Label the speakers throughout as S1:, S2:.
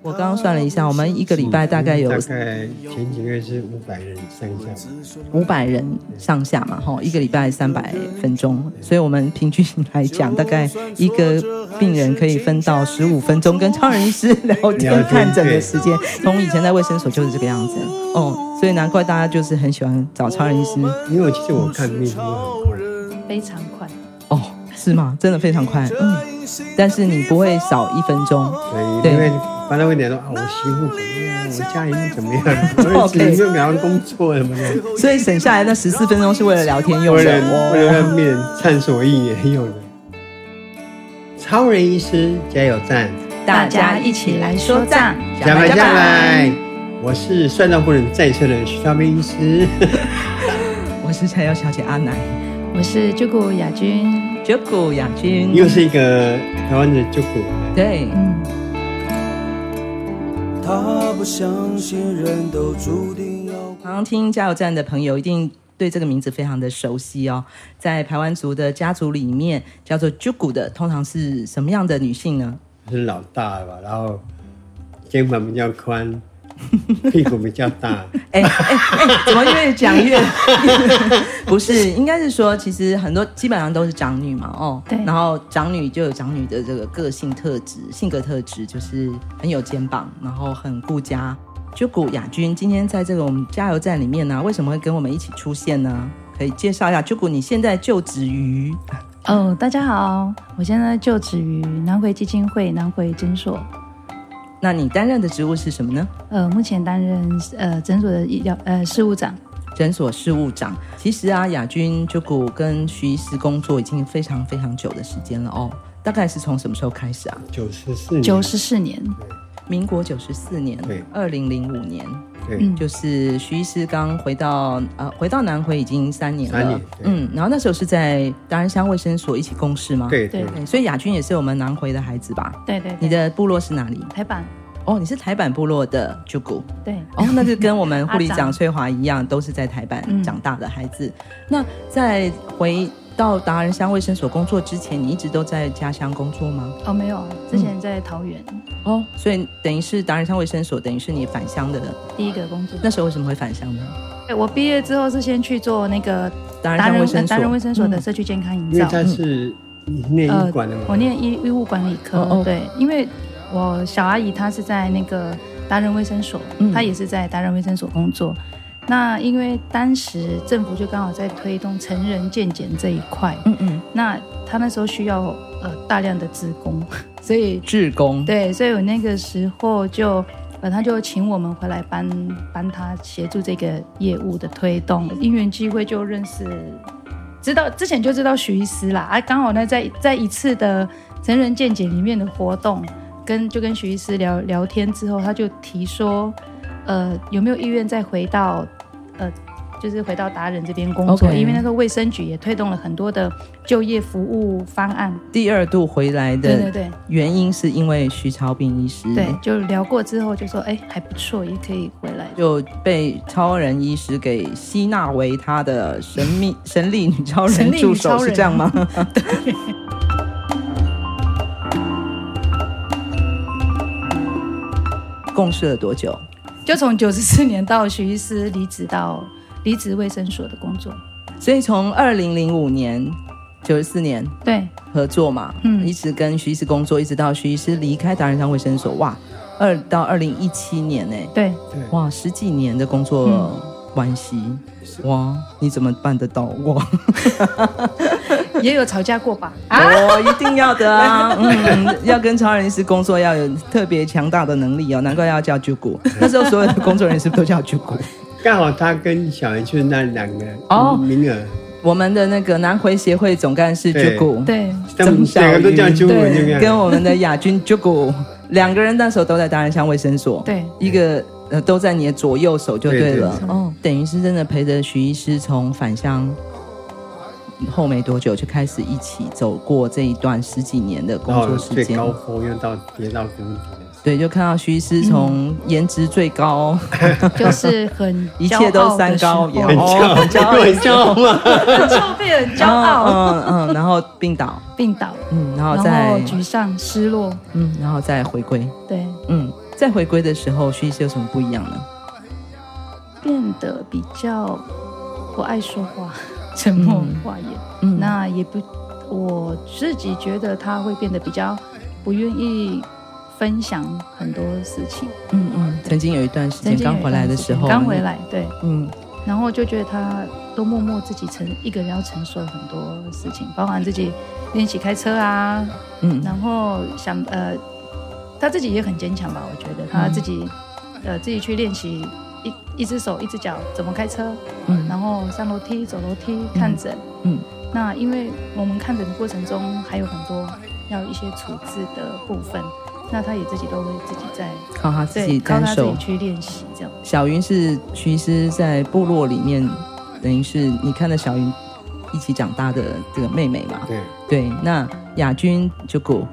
S1: 我刚刚算了一下，我们一个礼拜大概有
S2: 大概前几个月是五百人上下吧，
S1: 五百人上下嘛，哈，一个礼拜三百分钟，所以我们平均来讲，大概一个病人可以分到十五分钟跟超人医师聊天
S2: 天
S1: 看诊的时间。从以前在卫生所就是这个样子，哦，所以难怪大家就是很喜欢找超人医师，
S2: 因为其实我看病都很快，
S3: 非常快。
S1: 哦，是吗？真的非常快，嗯，但是你不会少一分钟，
S2: 对，
S1: 对
S2: 因为反正会聊到啊，我媳妇怎么样，我家人怎 么样，我只
S1: OK
S2: 能就聊工作什么的，
S1: 所以省下来那十四分钟是为了聊天用
S2: 为
S1: 的，
S2: 了为
S1: 哦，
S2: 了让病人畅所欲言用的。超人医师加油站，
S3: 大家一起来说账，
S2: 加班加班！我是帅到不能再帅的徐超斌医师，
S1: 我是菜肴小姐阿奶，
S3: 我是朱古雅君，
S1: 九谷亚军，
S2: 又是一个台湾的救苦。
S1: 对。
S3: 嗯，
S4: 他不相信人都注定要过。
S1: 常常听加油站的朋友一定对这个名字非常的熟悉哦。在排湾族的家族里面，叫做 Jugu 的，通常是什么样的女性呢？
S2: 是老大吧，然后肩膀比较 宽，屁股比较大，
S1: 哎哎哎，怎么越讲越不是？应该是说，其实很多基本上都是长女嘛，哦，
S3: 对
S1: 然后长女就有长女的这个个性特质、性格特质，就是很有肩膀，然后很顾家。就谷雅君今天在这个我们加油站里面呢、为什么会跟我们一起出现呢？可以介绍一下，就谷你现在就职于
S3: 哦，大家好，我现在就职于南回基金会南回诊所，
S1: 那你担任的职务是什么呢？
S3: 呃，目前担任呃诊所的医疗呃事务长。
S1: 诊所事务长。其实啊，雅君就谷跟徐医师工作已经非常非常久的时间了哦。大概是从什么时候开始啊？
S2: 九十四，
S3: 九十四年，
S1: 民国九十四年
S2: 对，
S1: 二零零五年，嗯
S2: 对，
S1: 就是徐医师刚回到呃回到南回已经三年了，
S2: 三年对
S1: 嗯，然后那时候是在达仁乡卫生所一起共事吗？
S2: 对
S3: 对
S2: 对，
S1: 对，所以雅君也是我们南回的孩子吧？
S3: 对对对，
S1: 你的部落是哪里？
S3: 台版，
S1: 哦，你是台版部落的就谷。
S3: 对，
S1: 哦，那就跟我们护理
S3: 阿
S1: 长
S3: 长
S1: 翠华一样，都是在台版
S3: 嗯
S1: 长大的孩子。那在回到达人乡卫生所工作之前，你一直都在家乡工作吗？
S3: 哦，没有，之前在桃园、
S1: 哦，所以等于是达人乡卫生所，等于是你返乡的。
S3: 第一个工作。
S1: 那时候为什么会返乡呢？
S3: 对我毕业之后是先去做那个
S1: 达人
S3: 达
S1: 乡
S3: 人呃
S1: 卫生所，
S3: 达人卫生所的
S1: 嗯
S3: 社区健康营
S2: 因为
S3: 造。
S2: 他是你是念医管的嘛，
S1: 呃
S3: 我念医医务管理科，
S1: 哦哦
S3: 对，因为我小阿姨她是在那个达人卫生所，
S1: 嗯
S3: 她也是在达人卫生所工作。那因为当时政府就刚好在推动成人健检这一块，
S1: 嗯嗯，
S3: 那她那时候需要呃大量的职工，所以
S1: 志工。
S3: 对，所以我那个时候就。呃，她就请我们回来帮帮她协助这个业务的推动，因缘机会就认识知道之前就知道徐医师啦，啊，刚好呢在在一次的成人健检里面的活动，跟就跟徐医师聊聊天之后，他就提说，呃，有没有意愿再回到，呃，就是回到达人这边工作
S1: OK
S3: 因为那个卫生局也推动了很多的就业服务方案，
S1: 第二度回来
S3: 对对
S1: 的
S3: 对
S1: 原因是因为徐超斌医师。
S3: 对，就聊过之后就说，哎、还不错，也可以回来。
S1: 就被超人医师给吸纳为他的神秘 神力女超人
S3: 神力女
S1: 助手，
S3: 超
S1: 是
S3: 人
S1: 这样 吗？共事了多久？
S3: 就从九十四年到徐医师离职到离职卫生所的工作，
S1: 所以从二零零五年九十四年
S3: 对，
S1: 合作嘛，
S3: 嗯
S1: 一直跟徐医师工作，一直到徐医师离开达人乡卫生所，哇，二到二零一七年呢、欸
S3: 对，
S2: 对，
S1: 哇，十几年的工作
S3: 嗯
S1: 关系，哇，你怎么办得到哇？
S3: 也有吵架过吧？
S1: 哦，一定要的 啊！嗯，要跟超人医师工作要有特别强大的能力哦，难怪要叫啾谷。那时候所有的工作人员是不是都叫啾谷？
S2: 刚好他跟小孩就是那两个
S1: 哦
S2: 名额，
S1: 我们的那个南回协会总干事啾谷，
S3: 对，
S2: 他们两个都叫中文这
S1: 对，
S2: 个
S1: 跟
S2: 样，
S1: 我们的亚军啾谷，两个人那时候都在达人乡卫生所，
S3: 对
S1: 一个呃都在你的左右手就对了
S2: 对，对
S1: 哦，等于是真的陪着徐医师从返乡。后没多久就开始一起走过这一段十几年的工
S2: 然后
S1: 作时
S2: 哦最
S1: 间，
S2: 高峰又到跌到谷底了。
S1: 对，就看到徐医
S3: 嗯
S1: 师从颜值最高，
S3: 就是很
S1: 一切都三高，
S3: 骄
S1: 也
S3: 傲
S1: 哦
S3: 的时候
S1: 很 骄傲，
S2: 很骄傲嘛，
S3: 很骄傲变很骄傲，
S1: 嗯嗯嗯，然后病倒，
S3: 病倒，
S1: 嗯，然后
S3: 然
S1: 再
S3: 后沮丧、失落，
S1: 嗯，然后再回归，
S3: 对，
S1: 嗯，再回归的时候，徐医师有什么不一样呢？
S3: 变得比较不爱说话， 沉默寡言。
S1: 嗯，
S3: 那也不，我自己觉得他会变得比较不愿意分享很多事情。
S1: 嗯嗯，曾经有一段时间
S3: 曾经有
S1: 刚
S3: 一
S1: 回来
S3: 段
S1: 的
S3: 时
S1: 时
S3: 间
S1: 候，啊
S3: 刚回，来，对，
S1: 嗯
S3: 然后就觉得他都默默自己承一个人要承受很多事情，包含自己练习开车啊，
S1: 嗯
S3: 然后想呃，他自己也很坚强吧，我觉得他自
S1: 嗯
S3: 己、呃自己去练习一一只手一只脚怎么开车，
S1: 嗯
S3: 然后上楼梯走楼梯看诊，
S1: 嗯
S3: 那因为我们看诊的过程中还有很多要一些处置的部分，那他也自己都会自己在
S1: 靠他自己
S3: 对靠
S1: 单
S3: 他自
S1: 手
S3: 己。去练习这样。
S1: 小云是徐医师在部落里面，等于是你看着小云一起长大的这个妹妹嘛。
S2: 对，
S1: 对，那雅君就果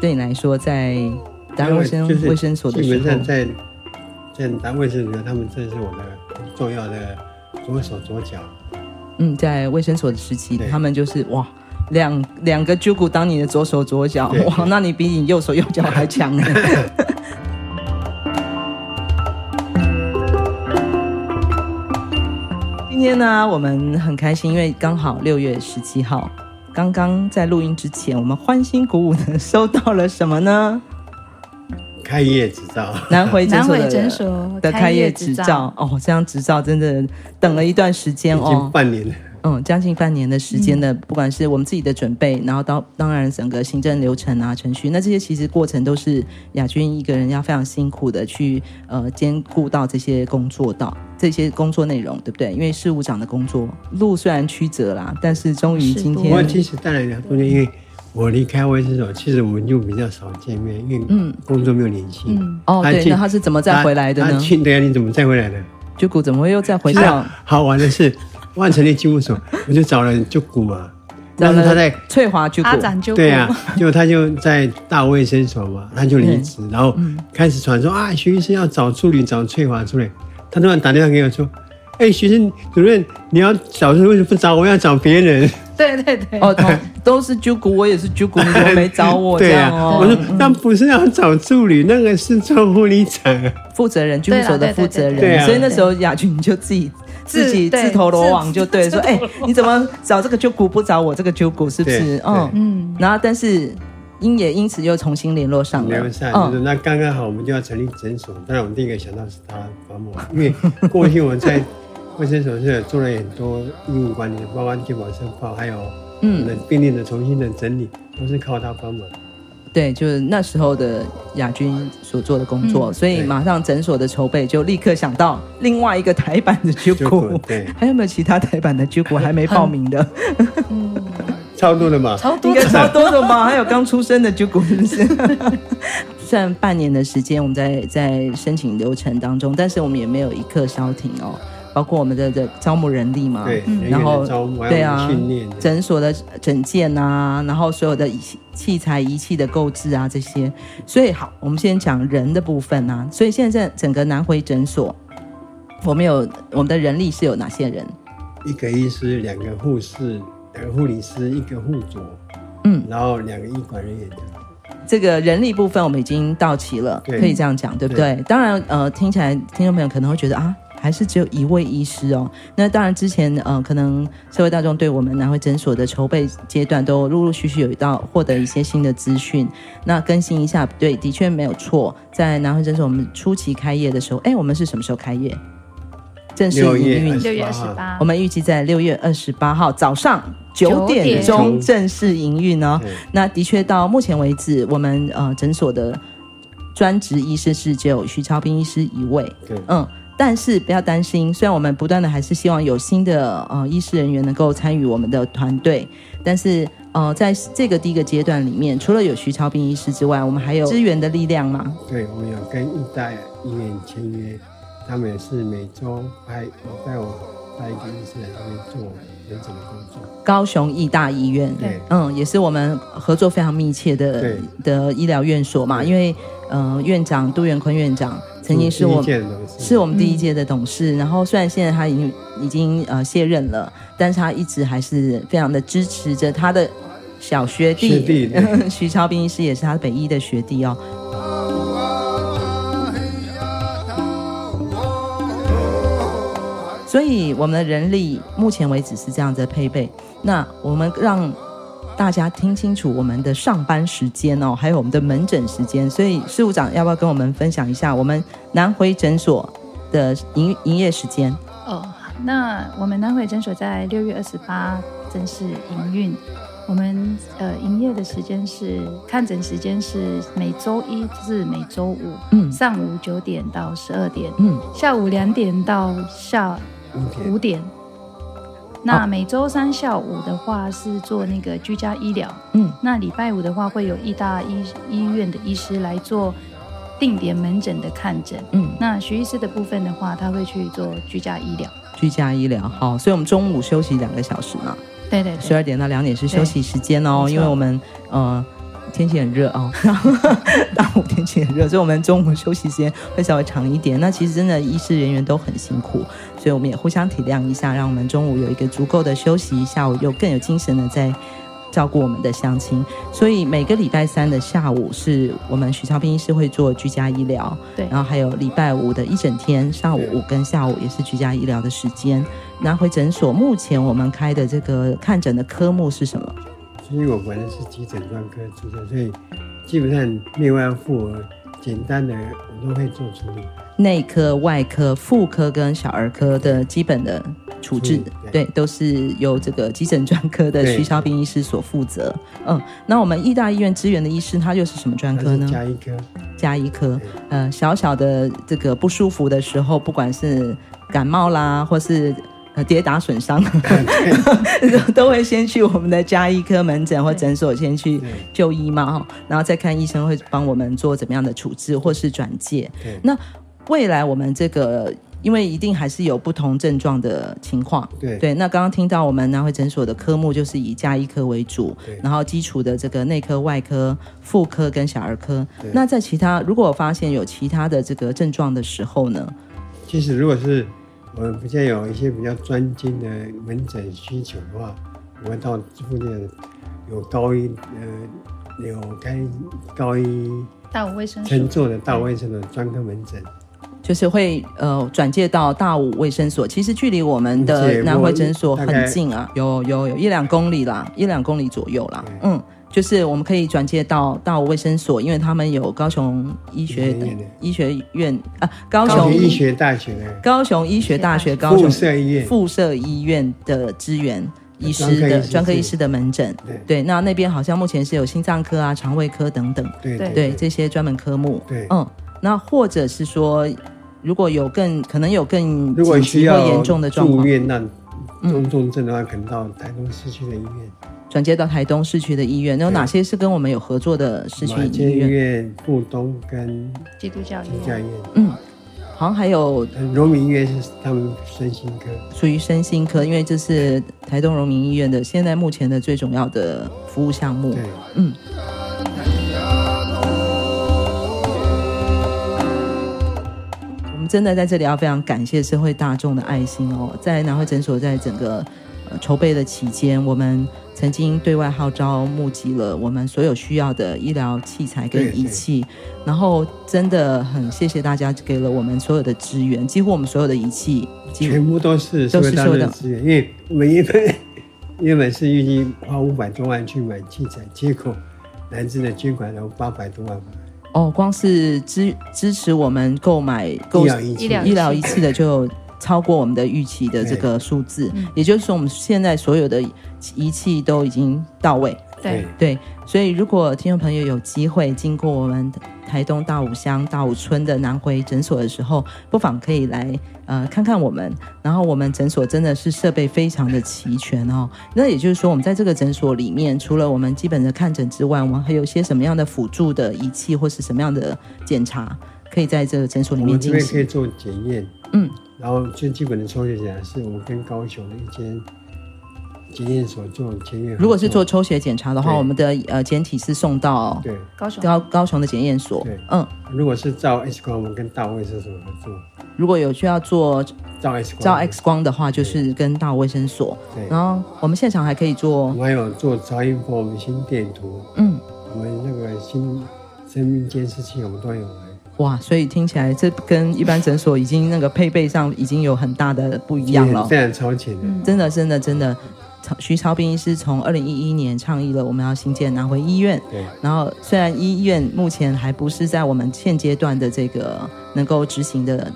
S1: 对你来说，在单卫生
S2: 就是
S1: 卫生所的
S2: 基
S1: 时
S2: 本上
S1: 候，
S2: 在在单位生所，他们这是我的很重要的左手左脚。
S1: 嗯，在卫生所的时期，
S2: 对
S1: 他们就是哇。两两个 j u g 当你的左手左脚
S2: 对，
S1: 哇，
S2: 对
S1: 那你比你右手右脚还强呢。 今天呢，我们很开心，因为刚好六月十七号，刚刚在录音之前，我们欢欣鼓舞的收到了什么呢？
S2: 开业执照，
S1: 南回诊
S3: 南
S1: 所
S3: 伟
S1: 的
S3: 诊所
S1: 的开业
S3: 业
S1: 执照，哦，这张执照真的等了一段时间
S2: 已经
S1: 哦，
S2: 半年了。
S1: 嗯，将近半年的时间的，不管是我们自己的准备，然后到当然整个行政流程啊、程序，那这些其实过程都是雅君一个人要非常辛苦的去呃兼顾到这些工作到这些工作内容，对不对？因为事务长的工作路虽然曲折啦，但是终于
S3: 是
S1: 今
S3: 不
S2: 不过
S1: 天
S2: 其实当然了，中间因为我离开卫生所，其实我们就比较少见面，因为工作没有联系。
S3: 嗯
S1: 哦，
S2: 他
S1: 对，
S2: 去
S1: 那他是怎么再回来的
S2: 他
S1: 呢？
S2: 去对啊，你怎么再回来的？
S1: 九谷怎么会又再回
S2: 其实
S1: 到
S2: 好玩的是， 万成立事务所，我就找了就鼓嘛，
S1: 找
S2: 但是
S1: 了
S2: 他在
S1: 翠华九谷
S3: 阿？展就
S2: 对啊，就他就在大卫生所嘛，他就离职，然后
S1: 嗯
S2: 开始传说啊，徐医师要找助理，找翠华助理。他突然打电话给我说：“哎、徐医生主任，你要找助理为什么不找我？我要找别人。
S3: 对对 对，
S1: 哦，同都是九谷，我也是九谷，你怎么没找”我？
S2: 对
S1: 这
S2: 啊
S1: 样，哦，
S2: 我说那不是要找助理，那个是做护理长啊。
S1: 负责人，居住所的负责人，
S2: 对啊对对对对
S1: 所以那时候雅君你就自己
S3: 自
S1: 自己
S3: 对
S1: 自投罗网，就对
S3: 自
S1: 说，哎、你怎么找这个纠骨不找我这个纠骨，是不
S2: 对
S1: 是
S2: 对？
S1: 嗯，
S3: 嗯，
S1: 然后但是因也因此又重新联络上
S2: 没
S1: 了
S2: 有，下，就是
S1: 嗯，
S2: 那刚刚好，我们就要成立诊所。当然，我们第一个想到是他帮我，因为过去我在卫生所是有做了很多医务管理，包括健保申报，还有我
S1: 嗯
S2: 们的病例的重新的整理，都是靠他帮忙。
S1: 对，就是那时候的雅君所做的工作，所以
S2: 嗯对
S1: 马上诊所的筹备就立刻想到另外一个台版的纠
S2: 纠
S1: 骨
S2: 骨，对
S1: 还有没有其他台版的纠骨还没报名的？
S3: 嗯
S2: 差不多了嘛，
S3: 超
S1: 应
S3: 哦多
S1: 该超多的 吧？还有刚出生的就骨是不 是？虽然半年的时间我们在在申请流程当中，但是我们也没有一刻消停哦。包括我们的的招募人力嘛，
S2: 对，人
S1: 嗯然
S2: 员
S1: 后
S2: 的招募，还
S1: 对
S2: 有我
S1: 啊
S2: 们训练，
S1: 诊所的诊件啊，然后所有的仪器器材、仪器的购置啊这些。所以好，我们先讲人的部分啊。所以现在整个南回诊所，我们有我们的人力是有哪些人？
S2: 一个医师，两个护士，两个护理师，一个护佐，
S1: 嗯，
S2: 然后两个医管人员这样。
S1: 这个人力部分我们已经到齐了，
S2: 对
S1: 可以这样讲，对不对？当然，呃，听起来听众朋友可能会觉得啊，还是只有一位医师哦。那当然，之前呃，可能社会大众对我们南汇诊所的筹备阶段都陆陆续续有一道获得一些新的资讯，那更新一下，对，的确没有错。在南汇诊所，我们初期开业的时候，哎，我们是什么时候开业？正式
S2: 6月
S1: 营运
S2: 28
S3: 六月二十八，
S1: 我们预计在六月二十八号早上九点钟
S2: 9
S1: 正式营运哦
S2: 对。
S1: 那的确到目前为止，我们呃诊所的专职医师是只有徐超斌医师一位，
S2: 对，
S1: 嗯。但是不要担心，虽然我们不断的还是希望有新的呃医师人员能够参与我们的团队，但是呃在这个第一个阶段里面，除了有徐超斌医师之外，我们还有支援的力量嘛，
S2: 对，我们有跟意大医院签约，他们也是每周派我带我带一个医师来这边做门诊的工作。
S1: 高雄义大医院，
S2: 对
S1: 嗯，也是我们合作非常密切的
S2: 对
S1: 的医疗院所嘛，因为呃，院长杜元坤院长曾经是
S2: 第一
S1: 我
S2: 届的董事
S1: 是我们第一届的董事，然后虽然现在他已经已经呃卸任了，但是他一直还是非常的支持着他的小学弟
S2: 学弟对
S1: 徐超斌医师，也是他北医的学弟哦。
S4: 啊
S1: 所以我们的人力目前为止是这样子的配备。那我们让大家听清楚我们的上班时间哦，还有我们的门诊时间。所以事务长要不要跟我们分享一下我们南回诊所的营营业时间？
S3: 哦，那我们南汇诊所在六月二十八正式营运。我们呃营业的时间是看诊时间是每周一至每周五，
S1: 嗯
S3: 上午九点到十二点，
S1: 嗯，
S3: 下午两点到下
S2: 五点哦
S3: 五点。那每周三下午的话是做那个居家医疗，
S1: 嗯，
S3: 那礼拜五的话会有义大医医院的医师来做定点门诊的看诊。
S1: 嗯，
S3: 那徐医师的部分的话，他会去做居家医疗。
S1: 居家医疗好，所以我们中午休息两个小时嘛，
S3: 对对
S1: 十
S3: 对，
S1: 二点到两点是休息时间哦，
S3: 对
S1: 因为我们呃天气很热哦，然后 大午天气很热，所以我们中午休息时间会稍微长一点。那其实真的医师人员都很辛苦，所以我们也互相体谅一下，让我们中午有一个足够的休息，下午又更有精神的在。照顾我们的乡亲，所以每个礼拜三的下午是我们许超斌医师会做居家医疗，
S3: 对
S1: 然后还有礼拜五的一整天，上午
S2: 对
S1: 五跟下午也是居家医疗的时间。拿回诊所，目前我们开的这个看诊的科目是什么？
S2: 所以我本来是急诊专科出身，所以基本上内外妇儿简单的我都会做处理。
S1: 内科、外科、妇科跟小儿科的基本的处置
S2: 处理，
S1: 对，都是由这个急诊专科的
S2: 对
S1: 徐超斌医师所负责。嗯，那我们义大医院支援的医师，他又是什么专
S2: 还
S1: 科
S2: 是
S1: 呢？
S2: 加一颗，
S1: 加医科
S2: 对。
S1: 呃，小小的这个不舒服的时候，不管是感冒啦，或是。呃，跌打损 伤， 都会先去我们的加医科门诊或
S3: 对
S1: 诊所先去
S2: 对
S1: 就医嘛，哈，然后再看医生会帮我们做怎么样的处置或是转介。
S2: 对
S1: 那未来我们这个，因为一定还是有不同症状的情况。
S2: 对
S1: 对，那刚刚听到我们南汇诊所的科目就是以加医科为主
S2: 对，
S1: 然后基础的这个内科、外科、妇科跟小儿科
S2: 对。
S1: 那在其他如果我发现有其他的这个症状的时候呢，
S2: 其实如果是我们比较有一些比较专精的门诊需求的话，我们到附近有高一呃有该高一
S3: 大五卫生
S2: 称
S3: 署
S2: 做的大卫生的专科门诊，
S1: 就是会呃转介到大武卫生所，其实距离我们
S2: 而且
S1: 的
S2: 我
S1: 南汇诊所
S2: 大概
S1: 很近啊，有有有一两公里啦，一两公里左右啦
S2: 对，
S1: 嗯。就是我们可以转介到大武卫生所，因为他们有高雄医学
S2: 医学院的
S1: 医学院啊，高
S2: 高
S1: 雄
S2: 雄医学大学的
S1: 高雄医学大学高
S2: 附
S1: 雄
S2: 设医院，
S1: 附设医院的支援医师
S2: 专科
S1: 的
S2: 医师
S1: 专科医师的门诊。
S2: 对
S1: 对，那那边好像目前是有心脏科啊、肠胃科等等，
S2: 对
S3: 对
S1: 对
S2: 对
S1: 这些专门科目。
S2: 对
S1: 嗯，那或者是说，如果有更可能有更
S2: 如果
S1: 紧
S2: 需
S1: 急或
S2: 要
S1: 严重的状
S2: 住
S1: 况，
S2: 院那中重症的话，可能到台东市区的医院，
S1: 转接到台东市区的医院，那有
S2: 对
S1: 哪些是跟我们有合作的市区
S2: 马偕
S1: 医
S2: 医
S1: 院？
S2: 院、布东跟
S3: 基督教医
S2: 基督教
S3: 院
S2: 医院。
S1: 好像还有
S2: 呃荣民医院是他们身心科，
S1: 属于身心科，因为这是台东荣民医院的现在目前的最重要的服务项目。
S2: 对，
S1: 嗯。我们真的在这里要非常感谢社会大众的爱心哦，在南汇诊所在整个呃筹备的期间，我们曾经对外号召募集了我们所有需要的医疗器材跟
S2: 对对
S1: 仪器，然后真的很谢谢大家给了我们所有的支援，几乎我们所有的仪器，几乎
S2: 全部都是社
S1: 都是
S2: 会大
S1: 社会
S2: 众的
S1: 大
S2: 资源，因为我们原 本原本是预计花五百多万去买器材，结果南支的捐款有八百多万吧，
S1: 哦，光是支支持我们购买购
S2: 医疗仪器
S3: 医疗
S1: 医疗仪器的就超过我们的预期的这个数字
S3: 嗯，
S1: 也就是说我们现在所有的仪器都已经到位。
S3: 对，
S1: 对，所以如果听众朋友有机会经过我们台东大武乡大武村的南回诊所的时候，不妨可以来呃看看我们。然后我们诊所真的是设备非常的齐全哦。那也就是说，我们在这个诊所里面，除了我们基本的看诊之外，我们还有一些什么样的辅助的仪器或是什么样的检查，可以在这个诊所里
S2: 我
S1: 面
S2: 们这
S1: 进
S2: 边可以
S1: 行。
S2: 做检验，
S1: 嗯，
S2: 然后最基本的抽血检查是我们跟高雄的一间检验所做检验合作，
S1: 如果是做抽血检查的话，
S2: 嗯对
S1: 我们的呃检体是送到
S2: 对，
S3: 高雄
S1: 高高雄的检验所
S2: 对。
S1: 嗯，
S2: 如果是照 X 光，我们跟大卫是什么合作？
S1: 如果有需要做
S2: 照 X 光，
S1: 照 X 光的话，就是跟大卫生所。
S2: 嗯对，
S1: 然后我们现场还可以
S2: 我
S1: 做，
S2: 们还有做超音波，我们心电图。
S1: 嗯，
S2: 我们那个新生命监视器我们都有来，
S1: 哇，所以听起来这跟一般诊所已经那个配备上已经有很大的不一样了
S2: 非。常超前的。
S1: 真的，真的，真的，曹徐超斌医师从二零一一年倡议了我们要新建南回医院，
S2: 对，
S1: 然后虽然医院目前还不是在我们现阶段的这个能够执行的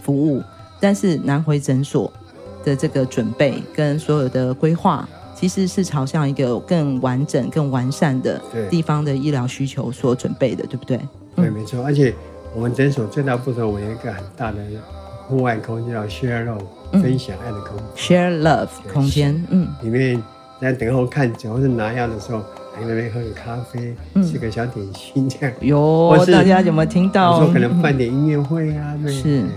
S1: 服务，但是南回诊所的这个准备跟所有的规划，其实是朝向一个更完整、更完善的
S2: 对
S1: 地方的医疗需求所准备的，对不对？
S2: 对，没
S1: 嗯
S2: 错。而且我们诊所最大部分，我有一个很大的户外空间，叫 share room，分享爱的空间。
S1: Share love
S2: 对
S1: 空间，嗯，
S2: 里面在等候看诊或是拿药的时候，还在那边喝个咖啡，
S1: 嗯
S2: 吃个小点心这样。
S1: 哟
S2: 或，是
S1: 大家有没有听
S2: 有
S1: 到？
S2: 时候可能办点音乐会啊，对，
S1: 是
S2: 对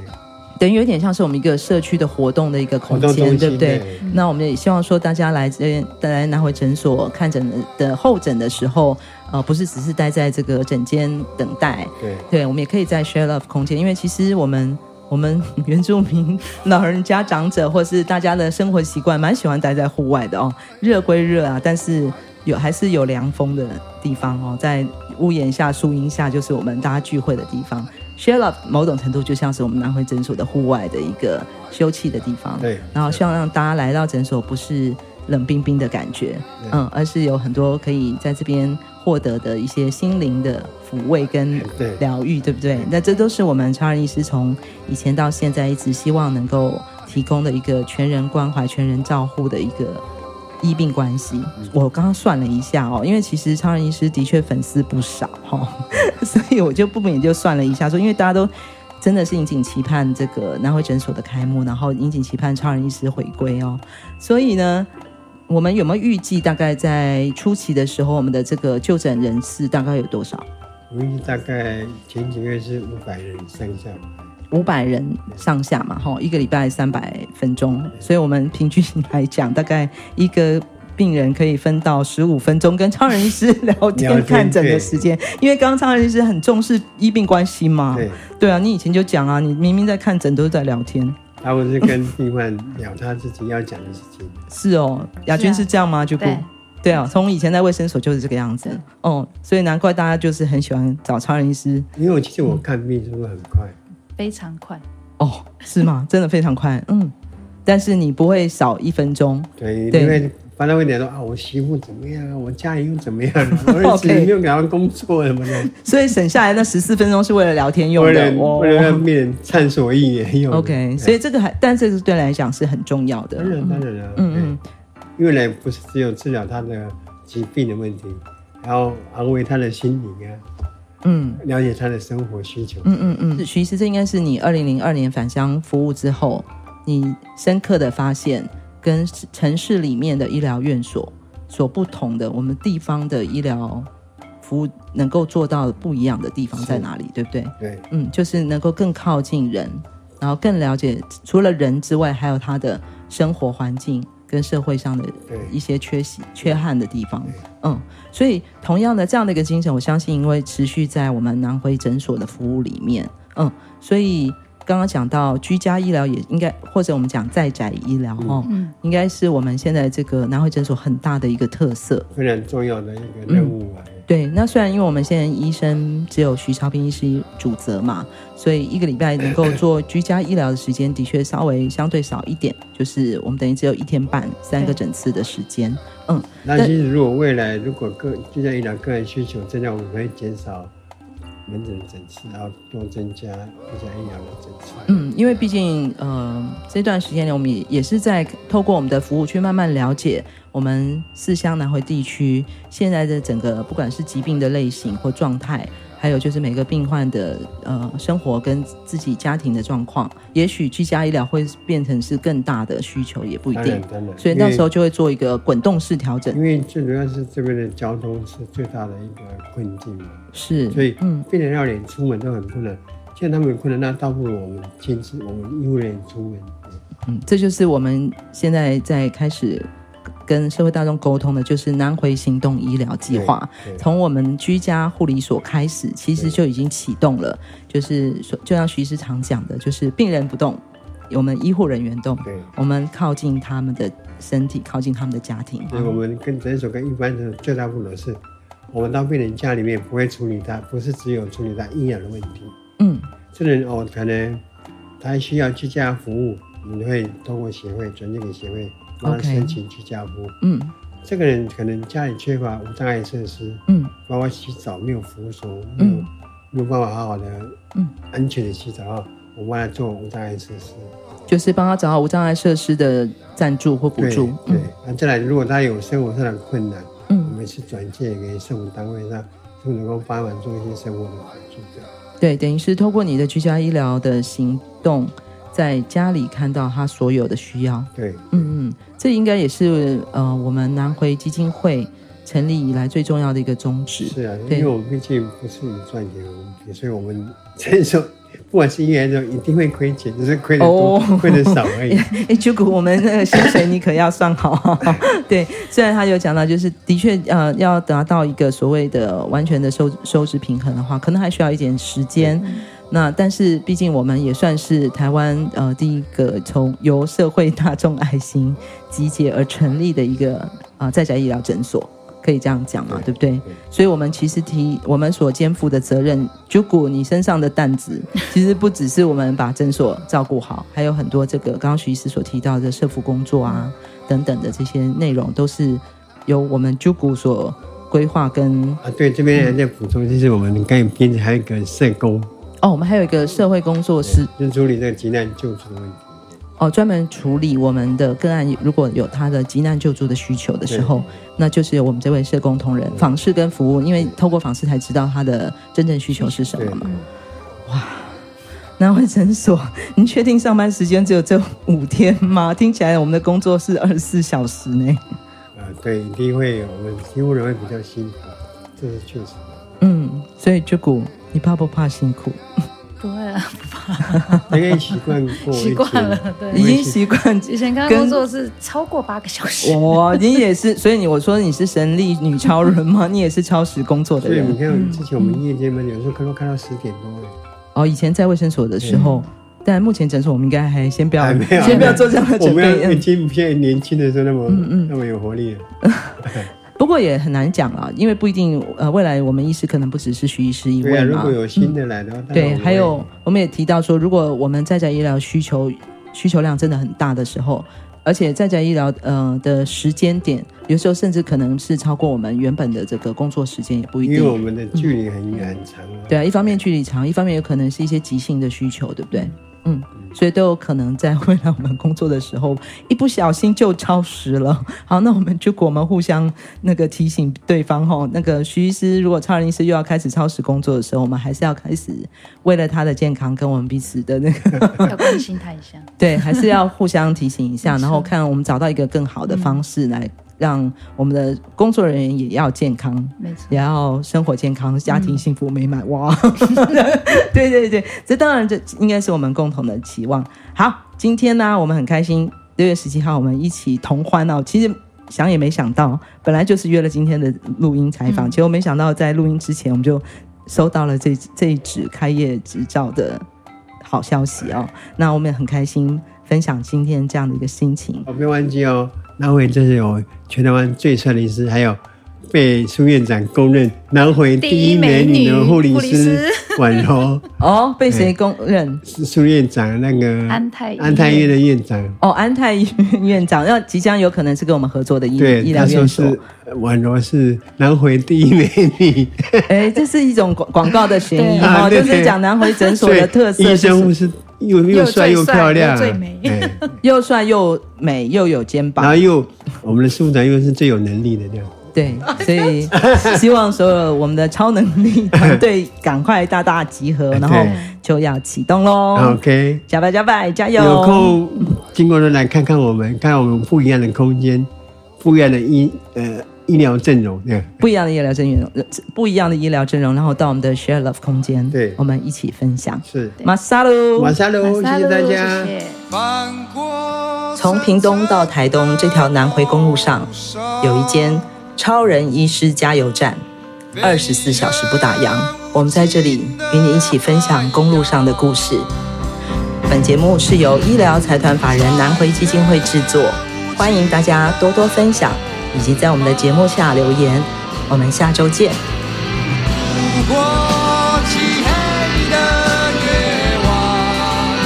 S1: 等于有点像是我们一个社区的活动的一个空
S2: 活动中
S1: 间，
S2: 心
S1: 对不对
S2: 对？
S1: 那我们也希望说，大家来这边来拿回诊所看诊的的候诊的时候，呃，不是只是待在这个诊间等待，
S2: 对
S1: 对，我们也可以在 share love 空间，因为其实我们我们 原住民老人家长者或是大家的生活习惯，蛮喜欢待在户外的哦。热归热啊，但是有还是有凉风的地方哦，在屋檐下、树荫下，就是我们大家聚会的地方。share love 某种程度就像是我们南回诊所的户外的一个休憩的地方。
S2: 对
S1: 然后希望让大家来到诊所不是冷冰冰的感觉，
S2: 对
S1: 嗯，而是有很多可以在这边获得的一些心灵的抚慰跟
S2: 对
S1: 疗愈，对不对？那这都是我们超人医师从以前到现在一直希望能够提供的一个全人关怀、全人照护的一个医病关系。我刚刚算了一下哦，因为其实超人医师的确粉丝不少哈、哦， 所以我就不免就算了一下说，因为大家都。真的是引颈期盼这个南汇诊所的开幕，然后引颈期盼超人医师回归哦。所以呢，我们有没有预计大概在初期的时候，我们的这个就诊人次大概有多少？
S2: 我们大概前几个月是五百人上下，
S1: 五百人上下嘛，哈，一个礼拜三百分钟，所以我们平均来讲，大概一个病人可以分到十五分钟跟超人医师聊
S2: 聊
S1: 天
S2: 天
S1: 看诊的时间，因为刚刚超人医师很重视医病关系嘛，
S2: 对，
S1: 对啊，你以前就讲啊，你明明在看诊都是在聊天，
S2: 他们是跟病患聊他自己要讲的事情，
S1: 是哦，雅君是这样吗？就不
S3: 啊
S1: 对
S3: 对
S1: 啊，从以前在卫生所就是这个样子
S3: 对，
S1: 哦，所以难怪大家就是很喜欢找超人医师，
S2: 因为我其实我看病速度很快，
S3: 非常快，
S1: 哦，是吗？真的非常快，嗯，但是你不会少一分钟，
S2: 对，
S1: 对
S2: 因为反正会讲说啊，我媳妇怎么样啊，我家里又怎 么样啊，我儿子
S1: OK
S2: 又给他工作什么 的，
S1: 所以省下来那十四分钟是为了聊天用
S2: 为
S1: 的
S2: 了
S1: 哦。
S2: 为了让病人畅所欲言用的。
S1: OK，所以这个还，但这个对来讲是很重要的
S2: 当。然当然了，
S1: 嗯嗯
S2: 对，因为呢不是只有治疗他的疾病的问题，然后安慰他的心灵啊，
S1: 嗯
S2: 了解他的生活需求。
S1: 嗯嗯嗯，徐医师，这应该是你二零零二年返乡服务之后，你深刻的发现跟城市里面的医疗院所所不同的，我们地方的医疗服务能够做到的不一样的地方在哪里，对不对？
S2: 对，
S1: 嗯，就是能够更靠近人，然后更了解除了人之外，还有他的生活环境跟社会上的
S2: 对
S1: 一些缺席、缺憾的地方。嗯，所以同样的这样的一个精神，我相信因为持续在我们南回诊所的服务里面，嗯，所以刚刚讲到居家医疗也应该，或者我们讲在宅医疗哦，
S3: 嗯
S1: 应该是我们现在这个南回诊所很大的一个特色。
S2: 非常重要的一个任务啊。
S1: 对，那虽然因为我们现在医生只有徐超斌医师主责嘛，所以一个礼拜能够做居家医疗的时间的确稍微相对少一点，就是我们等于只有一天半三个
S3: 对
S1: 诊次的时间。
S2: 那其实如果未来如果个居家医疗个人需求增加，我们可以减少门诊的诊次，然后多增加居家医疗的诊次。
S1: 嗯，因为毕竟呃这段时间呢，我们也也是在透过我们的服务去慢慢了解我们四乡南回地区现在的整个不管是疾病的类型或状态，还有就是每个病患的呃生活跟自己家庭的状况，也许居家医疗会变成是更大的需求，也不一
S2: 当然
S1: 定。
S2: 当然，
S1: 所以那时候就会做一个滚动式调整
S2: 因，为因为最主要是这边的交通是最大的一个困境嘛。
S1: 是，
S2: 所以
S1: 嗯，
S2: 病人要连出门都很困难。既然他们有困难，那倒不如我们亲自，我们医护人员出门。
S1: 嗯，这就是我们现在在开始跟社会大众沟通的，就是南回行动医疗计划
S2: 对，对
S1: 从我们居家护理所开始，其实就已经启动了。就是说，就像徐医师常讲的，就是病人不动，我们医护人员动，
S2: 对，
S1: 我们靠近他们的身体，靠近他们的家庭。
S2: 所以我们跟诊所跟一般的最大不同的是，我们到病人家里面不会处理他，不是只有处理他医疗的问题，
S1: 嗯
S2: 这人哦，可能他需要居家服务，我们会通过协会转介给协会，帮他
S1: OK
S2: 申请居家服务。
S1: 嗯
S2: 这个人可能家里缺乏无障碍设施，
S1: 嗯
S2: 包括洗澡没有扶手，没有、
S1: 嗯
S2: 没有办法好好的、
S1: 嗯
S2: 安全的洗澡啊，我们帮他做无障碍设施。
S1: 就是帮他找到无障碍设施的赞助或补
S2: 对
S1: 助。
S2: 对，啊，再来，如果他有生活上的困难，我
S1: 嗯，
S2: 们是转介给政府单位，让政府能够帮忙做一些生活的辅助。
S1: 嗯对，等于是透过你的居家医疗的行动，在家里看到他所有的需要。
S2: 对，
S1: 嗯嗯，这应该也是呃我们南回基金会成立以来最重要的一个宗旨。
S2: 是啊，
S1: 对
S2: 因为我们毕竟不是以赚钱为目的，所以我们承受，不管是医院这种一定会亏钱，只是亏的多、
S1: 哦
S2: 亏的少而已。
S1: 哎，九谷，我们那个薪水你可要算好。哦 对，虽然他有讲到，就是的确，呃，要达到一个所谓的完全的收收支平衡的话，可能还需要一点时间。那但是，毕竟我们也算是台湾呃第一个从由社会大众爱心集结而成立的一个啊在宅医疗诊所，可以这样讲嘛，对
S2: 对
S1: 不对
S2: 对？
S1: 所以，我们其实提我们所肩负的责任，就谷你身上的担 子，其实不只是我们把诊所照顾好，还有很多这个刚刚徐医师所提到的社服工作啊等等的这些内容，都是由我们就谷所规划跟
S2: 啊，对，这边还在补充，就是我们刚才编辑还有一个社工，
S1: 哦，我们还有一个社会工作室
S2: 就是处理这个急难救助的问题。
S1: 哦，专门处理我们的个案，如果有他的急难救助的需求的时候，那就是由我们这位社工同仁访视跟服务，因为透过访视才知道他的真正需求是什么嘛。南汇诊所，您确定上班时间只有这五天吗？听起来我们的工作是二十四小时呢。
S2: 啊，对，一定会有我们医护人会比较辛苦，这是确实。
S1: 嗯，所以就谷，你怕不怕辛苦？
S3: 不会
S2: 啊
S3: 了，
S2: 大概习惯 过
S3: 习惯啊了，对。
S1: 已经习惯。
S3: 以前刚
S1: 跟
S3: 工作是超过八个小时，
S1: 哇，你也是，所以你我说你是神力女超人吗？你也是超时工作
S2: 一
S1: 的
S2: 天。所以你
S1: 人。
S2: 看，之前我
S1: 嗯
S2: 们夜间门有时候看到看到十点多了，
S1: 哦，以前在卫生所的时候，但目前诊所我们应该还先不要
S2: 嗯还没有， 啊
S1: 先不要做这样的
S2: 我
S1: 准
S2: 们
S1: 备。
S2: 要已
S1: 嗯
S2: 经不像年轻的时候那么那么有活力了。
S1: 不过也很难讲啊，因为不一定呃，未来我们医师可能不只是徐医师一
S2: 对
S1: 位
S2: 啊，如
S1: 嘛
S2: 果。有新的来的话，当然我
S1: 嗯对，
S2: 们
S1: 还
S2: 会
S1: 有我们也提到说，如果我们在家医疗需求需求量真的很大的时候，而且在家医疗呃的时间点，有时候甚至可能是超过我们原本的这个工作时间，也不一
S2: 因为我
S1: 定。
S2: 们的距离很远很长啊。
S1: 对啊，一方面距离长，一方面有可能是一些急性的需求，对不对？嗯，所以都有可能在未来我们工作的时候，一不小心就超时了。 好，那我们就我们互相那个提醒对方吼，那个徐医师如果超人医师又要开始超时工作的时候，我们还是要开始为了他的健康跟我们彼此的那个
S3: 要关心他一下。
S1: 对，还是要互相提醒一下，然后看我们找到一个更好的方式来让我们的工作人员也要健康，
S3: 没 错，
S1: 也要生活健康，家庭幸福美满。哇， 对对对，这当然这应该是我们共同的期望。好，今天呢，我们很开心，六月十七号我们一起同欢哦。其实。想也没想到，本来就是约了今天的录音采访，结果没想到在录音之前我们就收到了这这一纸开业执照的好消息哦。那我们也很开心分享今天这样的一个心情。
S2: 哦，别忘记哦，南回这是有全台湾最帅的医师，还有被苏院长公认南回第一美女的护理
S3: 第一美女
S2: 师婉柔，
S1: 哦，被谁公认？
S2: 是苏院长那个
S3: 安泰医院
S2: 安泰医院的院长，
S1: 哦，安泰医院 院长，要即将有可能是跟我们合作的医
S2: 对，
S1: 医疗
S2: 他说
S1: 院所。
S2: 是婉柔是南回第一美女，
S1: 哎，这是一种广广告的嫌疑哦，
S3: 对
S2: 啊对
S1: 就是讲南回诊所
S2: 所以
S1: 的特色，
S2: 医生
S1: 就
S2: 护
S1: 是
S2: 士又
S3: 又
S2: 又帅
S3: 最
S2: 又
S3: 帅
S2: 漂亮啊，
S3: 又最美
S2: 哎
S1: 又帅又美又有肩
S2: 然
S1: 膀
S2: 后，又我们的苏长又是最有能力的这样。
S1: 对，所以 希望所有我们的超能力团队赶快大大集合，然后
S2: 对
S1: 就要启动喽！
S2: OK，
S1: 加拜加拜，加油！
S2: 有空经过都来看看我们，看看我们不一样的空间，不一样的医呃医疗阵容，对，
S1: 不一样的医疗阵容，呃不一样的医疗阵容，然后到我们的 Share Love 空间，
S2: 对
S1: 我们一起分享。
S2: 是。
S1: 马萨鲁，
S2: 马萨喽，谢谢大家。
S3: 谢谢
S4: 翻过
S1: 从屏东到台东这条南回公路上，有一间超人医师加油站，二十四小时不打烊。我们在这里与你一起分享公路上的故事。本节目是由医疗财团法人南回基金会制作，欢迎大家多多分享，以及在我们的节目下留言。我们下周见。
S4: 不过漆黑的夜晚。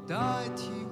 S4: 体